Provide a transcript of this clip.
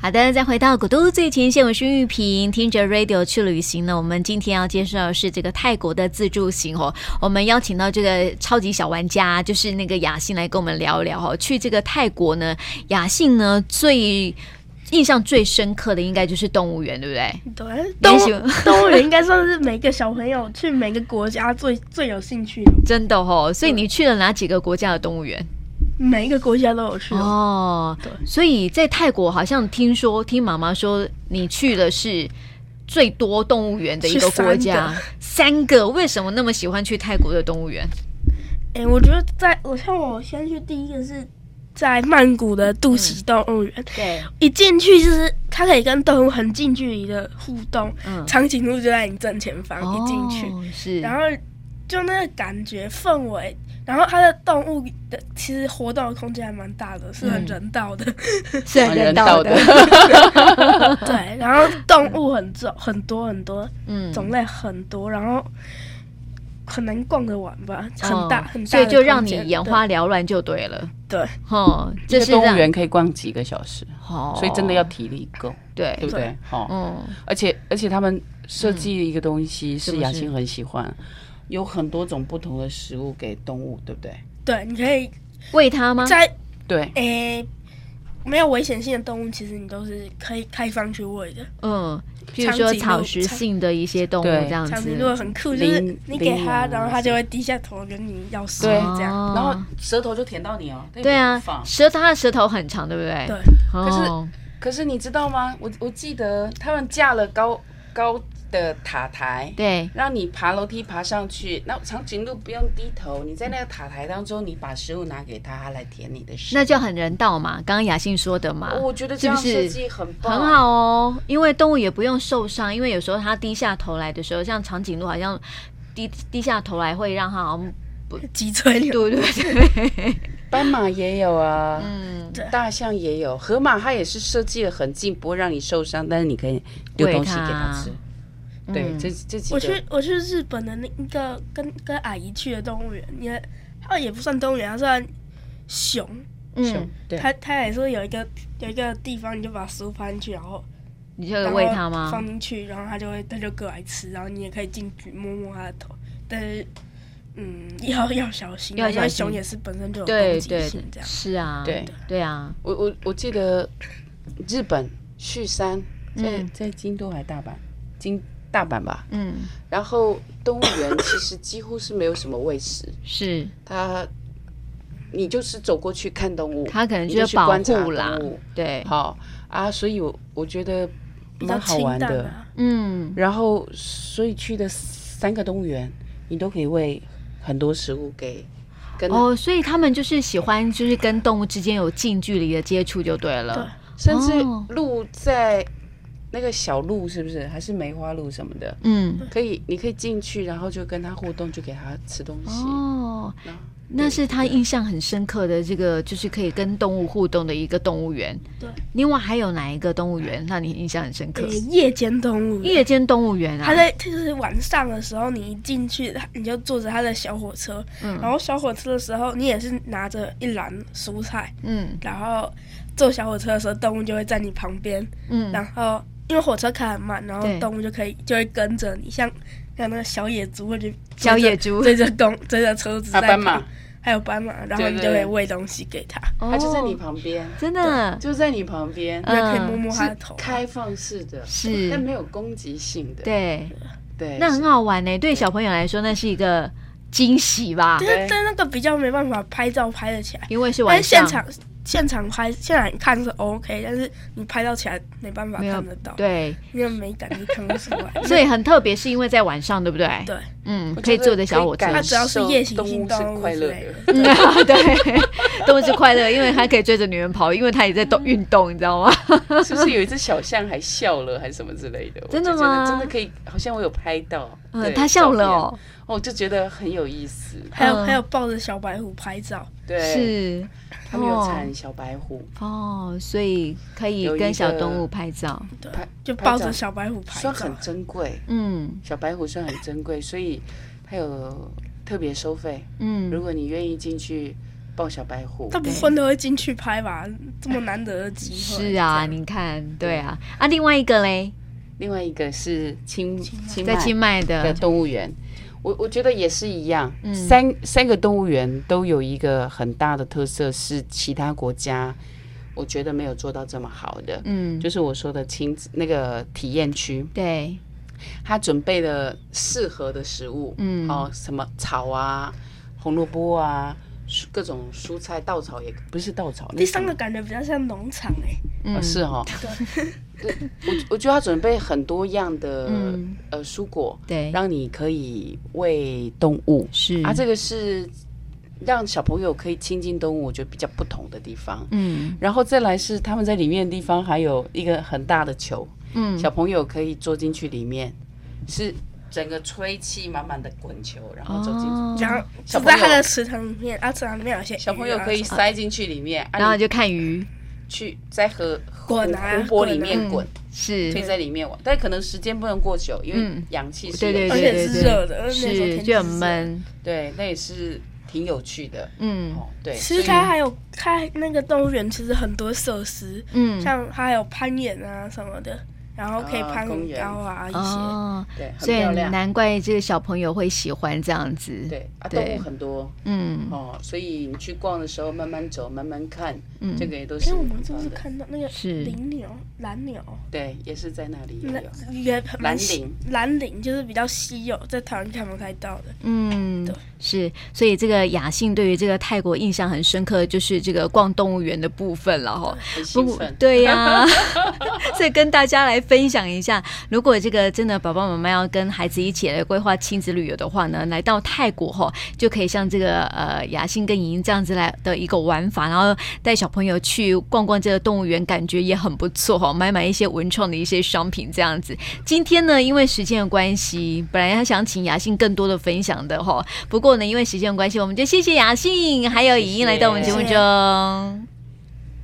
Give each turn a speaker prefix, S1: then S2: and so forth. S1: 好的，再回到古都最前线，我是玉萍，听着 Radio 去旅行呢。我们今天要介绍的是这个泰国的自助行哦。我们邀请到这个超级小玩家，就是那个雅信来跟我们聊一聊哦。去这个泰国呢，雅信呢最印象最深刻的应该就是动物园，对不对？
S2: 对，
S1: 你
S2: 动
S1: 也
S2: 物
S1: 喜欢
S2: 动物园应该算是每个小朋友去每个国家最最有兴趣的，
S1: 真的哦。所以你去了哪几个国家的动物园？
S2: 每一个国家都有去。哦、
S1: 哦
S2: 对，
S1: 所以在泰国好像听说，听妈妈说你去的是最多动物园的一个国家，三个为什么那么喜欢去泰国的动物园？
S2: 哎、我觉得在我像我先去第一个是在曼谷的杜
S1: 嗯
S2: 奇动物园，
S1: 对，
S2: 一进去就是它可以跟动物很近距离的互动，
S1: 嗯，
S2: 长颈鹿就在你正前方，一进去，
S1: 哦、是，
S2: 然后就那个感觉氛围，然后它的动物的其实活动的空间还蛮大的，是很
S1: 嗯
S2: 人道的，
S1: 是
S3: 啊
S1: 很 人道的，
S2: 对，然后动物很重，很多很多，
S1: 嗯
S2: 种类很多，然后很难逛得完吧，很大、
S1: 哦
S2: 很大的空间，
S1: 所以就让你眼花缭乱就对了，
S2: 对对
S1: 哦，
S3: 一
S1: 这
S3: 个
S1: 是
S3: 动物
S1: 让，
S3: 园可以逛几个小时，
S1: 哦
S3: 所以真的要体力够，对
S1: 对，
S3: 不对？哦，
S1: 嗯，
S3: 而且而且他们设计一个东西
S1: 是
S3: 是
S1: 不是
S3: 雅欣很喜欢，有很多种不同的食物给动物，对不对？
S2: 对，你可以
S1: 喂它吗？
S2: 在
S3: 对，
S2: 诶、没有危险性的动物，其实你都是可以开放去喂的。
S1: 嗯，譬如
S2: 长
S1: 说
S2: 颈鹿
S1: 草食
S2: 长
S1: 性的一些动物
S3: 对
S1: 这样
S2: 长
S1: 子
S2: 颈，鹿很酷，就是
S3: 羚
S2: 你给它，
S3: 羚羊
S2: 然后它就会低下头跟你要食物
S3: 对
S2: 这样。
S1: 哦
S3: 然后舌头就舔到你哦，它也
S1: 对啊
S3: 不放，
S1: 舌头它的舌头很长，对不对？哦
S2: 对，
S1: 可
S3: 可是可是你知道吗？我我记得他们架了高高的塔台，
S1: 对，
S3: 让你爬楼梯爬上去。那长颈鹿不用低头，你在那个塔台当中，你把食物拿给它，它来舔你的食物。
S1: 那就很人道嘛。刚刚雅欣说的嘛，
S3: 哦我觉得这
S1: 是不
S3: 样设
S1: 是？
S3: 计很棒，
S1: 很好哦，因为动物也不用受伤，因为有时候它低下头来的时候，像长颈鹿好像低低下头来会让它好像
S2: 脊椎瘤，
S1: 对对对，
S3: 斑马也有啊，
S1: 嗯，
S3: 大象也有，河马它也是设计的很近，不会让你受伤，但是你可以丢
S1: 喂
S3: 东西给
S1: 它
S3: 它吃。对，
S1: 嗯
S3: 这这几
S2: 我
S3: 个
S2: 去我去日本的那一个跟跟阿姨去的动物园，也它也不算动物园，它算熊。
S1: 嗯，
S3: 对，
S2: 它它也是有一个有一个地方，你就把食物放进去，然后
S1: 你就会
S2: 然后
S1: 呃喂它吗
S2: 放？进去，然后它就会它就过来吃，然后你也可以进去摸摸它的头，但是嗯，要要小心，啊
S1: 要
S2: 因为
S1: 小心
S2: 熊也是本身就有攻
S1: 对
S2: 击
S1: 对
S2: 性
S3: 嗯
S2: 这，样。
S1: 是啊，
S3: 对
S1: 对啊，
S3: 我我我记得日本旭山在、
S1: 嗯
S3: 在京都还大阪，京大阪吧。
S1: 嗯，
S3: 然后动物园 其实几乎是没有什么喂食，
S1: 是
S3: 它你就是走过去看动物，
S1: 它可能
S3: 你
S1: 就
S3: 就是去
S1: 保
S3: 观察
S1: 护啦
S3: 动物，
S1: 对，
S3: 好啊，所以我我觉得
S2: 比较
S3: 蛮好
S2: 清
S3: 玩
S2: 淡
S3: 的。
S2: 啊，
S1: 嗯，
S3: 然后所以去的三个动物园，你都可以喂很多食物给跟、
S1: 哦，所以他们就是喜欢就是跟动物之间有近距离的接触就对了。
S2: 对
S3: 呃甚至
S1: 哦
S3: 鹿在那个小鹿是不是还是梅花鹿什么的，
S1: 嗯，
S3: 可以你可以进去，然后就跟它互动，就给它吃东西。
S1: 哦
S3: 那，
S1: 那是他印象很深刻的这个，就是可以跟动物互动的一个动物园。
S2: 对，
S1: 另外还有哪一个动物园让你印象很深刻
S2: 呃？夜间动物园。啊
S1: 夜间动物园
S2: 它
S1: 啊，
S2: 在，它就是晚上的时候，你一进去，它你就坐着它的小火车，
S1: 嗯
S2: 然后小火车的时候，你也是拿着一篮蔬菜，
S1: 嗯
S2: 然后坐小火车的时候，动物就会在你旁边，
S1: 嗯，
S2: 然后因为火车开很慢，然后
S1: 对
S2: 动物就可以就会跟着你，像像那个小野猪会去
S1: 小野猪
S2: 追着公追着车子
S3: 啊
S2: 在
S3: 斑
S2: 跑
S3: 马，
S2: 还有斑马，然后
S3: 对
S2: 你
S3: 对
S2: 就可以
S3: 对
S2: 喂东西给它，
S1: 哦
S3: 它就在你，旁边，
S1: 真的
S3: 就在你旁边，
S1: 嗯
S2: 你还可以摸摸它
S3: 是
S2: 的头。
S3: 开放式的，但
S1: 是，
S3: 没有攻击性的。
S1: 对，
S3: 对，
S1: 那很好玩呢，对小朋友来说那是一个惊喜吧
S2: 但，是但那个比较没办法拍照拍得起来，
S1: 因为是晚
S2: 但是现
S1: 上，
S2: 场现场拍现场看是 OK，但是你拍照起来没办法
S1: 没有
S2: 看得到，
S1: 对，
S2: 那个美感就看不出 来。
S1: 所以很特别，是因为在晚上，对不对？
S2: 对，
S1: 嗯，
S3: 我
S1: 可以
S3: 觉得
S1: 坐着小火车
S3: 可
S2: 它
S3: 以。感
S2: 只要是
S3: 受
S2: 夜行
S3: 动
S2: 性
S3: 物是
S2: 动物
S3: 快
S2: 之
S3: 乐
S2: 类
S3: 的
S2: 的，
S1: 嗯、啊， 对，动物是快乐，因为它可以追着女人跑，因为它也在
S3: 嗯
S1: 动运动，你知道吗？
S3: 是不是有一只小象还笑了，还是什么之类的？我
S1: 真的
S3: 就觉得
S1: 吗
S3: 真的可以，好像我有拍到，对
S1: 嗯， 它笑了，
S3: 照
S1: 哦，
S3: 片哦我就觉得很有意思。
S2: 还有
S1: 嗯
S2: 还有抱着小白虎拍照，
S3: 对，
S1: 是
S3: 他们有产小白虎，
S1: 哦，所以可以
S3: 有一
S1: 跟
S3: 个
S1: 小动物拍照，
S2: 对
S3: 拍，
S2: 就
S3: 拍
S2: 抱
S3: 照
S2: 着小白虎拍
S3: 算
S2: 照
S3: 很。珍贵，
S1: 嗯
S3: 小白虎算很珍贵，所以它有特别收费。
S1: 嗯
S3: 如果你愿意进去抱小白虎
S2: 大。部分都会进去拍吧，这么难得的机会。
S1: 是啊，你看，对啊，啊，另外一个嘞，
S3: 另外一个是清清
S1: 在
S3: 迈
S1: 清迈
S3: 的
S1: 的，
S3: 动物园，我我觉得也是一样。
S1: 嗯
S3: 三三个动物园都有一个很大的特色，是其他国家我觉得没有做到这么好的，
S1: 嗯，
S3: 就是我说的亲子那个体验区，
S1: 对，
S3: 他准备了适合的食物，
S1: 嗯
S3: 哦，什么草啊、红萝卜啊、蔬各种蔬菜、稻草也不是稻草，那
S2: 第
S3: 什
S2: 三
S3: 么
S2: 个感觉比较像农场哎、
S3: 呃
S1: 嗯，
S3: 是哦，对，我我觉得他准备很多样的、
S1: 嗯
S3: 呃蔬果，
S1: 对，
S3: 让你可以喂动物
S1: 是
S3: 啊，这个是让小朋友可以亲近动物，我觉得比较不同的地方。
S1: 嗯
S3: 然后再来是他们在里面的地方还有一个很大的球，
S1: 嗯，
S3: 小朋友可以坐进去里面，是整个吹气满满的滚球，然后啊走进去。
S1: 哦
S2: 然后
S3: 小
S2: 只
S3: 朋
S2: 在
S3: 友
S2: 它的池塘里面，啊，池塘里面有些鱼啊
S3: 小朋友可以
S2: 什么
S3: 塞进去里面，啊、
S1: 然后
S3: 你
S1: 就看鱼，
S3: 去在河湖
S2: 滚啊
S3: 湖泊里面
S1: 嗯
S3: 滚，
S1: 是
S3: 可以在里面玩，但可能时间不能过久，因为
S1: 嗯
S3: 氧气是
S1: 对对
S3: 有
S2: 而
S1: 对
S2: 且
S3: 限
S1: 对
S2: 是
S1: 对
S2: 热的，而且那时候
S1: 是
S2: 天气
S1: 就很
S2: 热的。
S1: 闷，
S3: 对，那也是挺有趣的。
S1: 嗯
S3: 哦，对，
S2: 其
S3: 所
S2: 实
S3: 以
S2: 它还有开那个动物园，其实很多设施，
S1: 嗯，
S2: 像它还有攀岩啊什么的，然后可以
S3: 啊
S2: 攀
S3: 公
S2: 很
S3: 园
S2: 高啊一些。
S1: 哦，
S3: 对很
S1: 所以
S3: 漂亮，
S1: 难怪这个小朋友会喜欢这样子，
S3: 对啊，动
S1: 对
S3: 物很多
S1: 嗯，
S3: 哦，所以你去逛的时候慢慢走，慢慢看，
S1: 嗯
S3: 这个也都
S2: 因
S3: 是
S2: 为哎我们
S3: 很
S2: 是不
S3: 棒
S2: 哦是
S3: 的。
S2: 看到那个
S1: 是
S2: 羚牛、蓝牛？
S3: 对，也是在那里也
S2: 蓝
S3: 有。
S2: 也蛮稀
S3: 蓝，
S2: 蓝领就是比较稀有，在台湾看不太到的。
S1: 嗯
S2: 对，
S1: 是，所以这个雅信对于这个泰国印象很深刻，就是这个逛动物园的部分了哈。
S3: 很
S1: 不
S3: 兴
S1: 过
S3: 奋，
S1: 对呀、 所以跟大家来分享一下，如果这个真的爸爸妈妈要跟孩子一起来规划亲子旅游的话呢，来到泰国后就可以像这个呃雅欣跟莹莹这样子来的一个玩法，然后带小朋友去逛逛这个动物园，感觉也很不错哈、买买一些文创的一些商品这样子。今天呢，因为时间的关系，本来还想请雅欣更多的分享的哈、不过呢，因为时间的关系，我们就谢谢雅欣还有莹莹来到我们节目中。
S2: 谢谢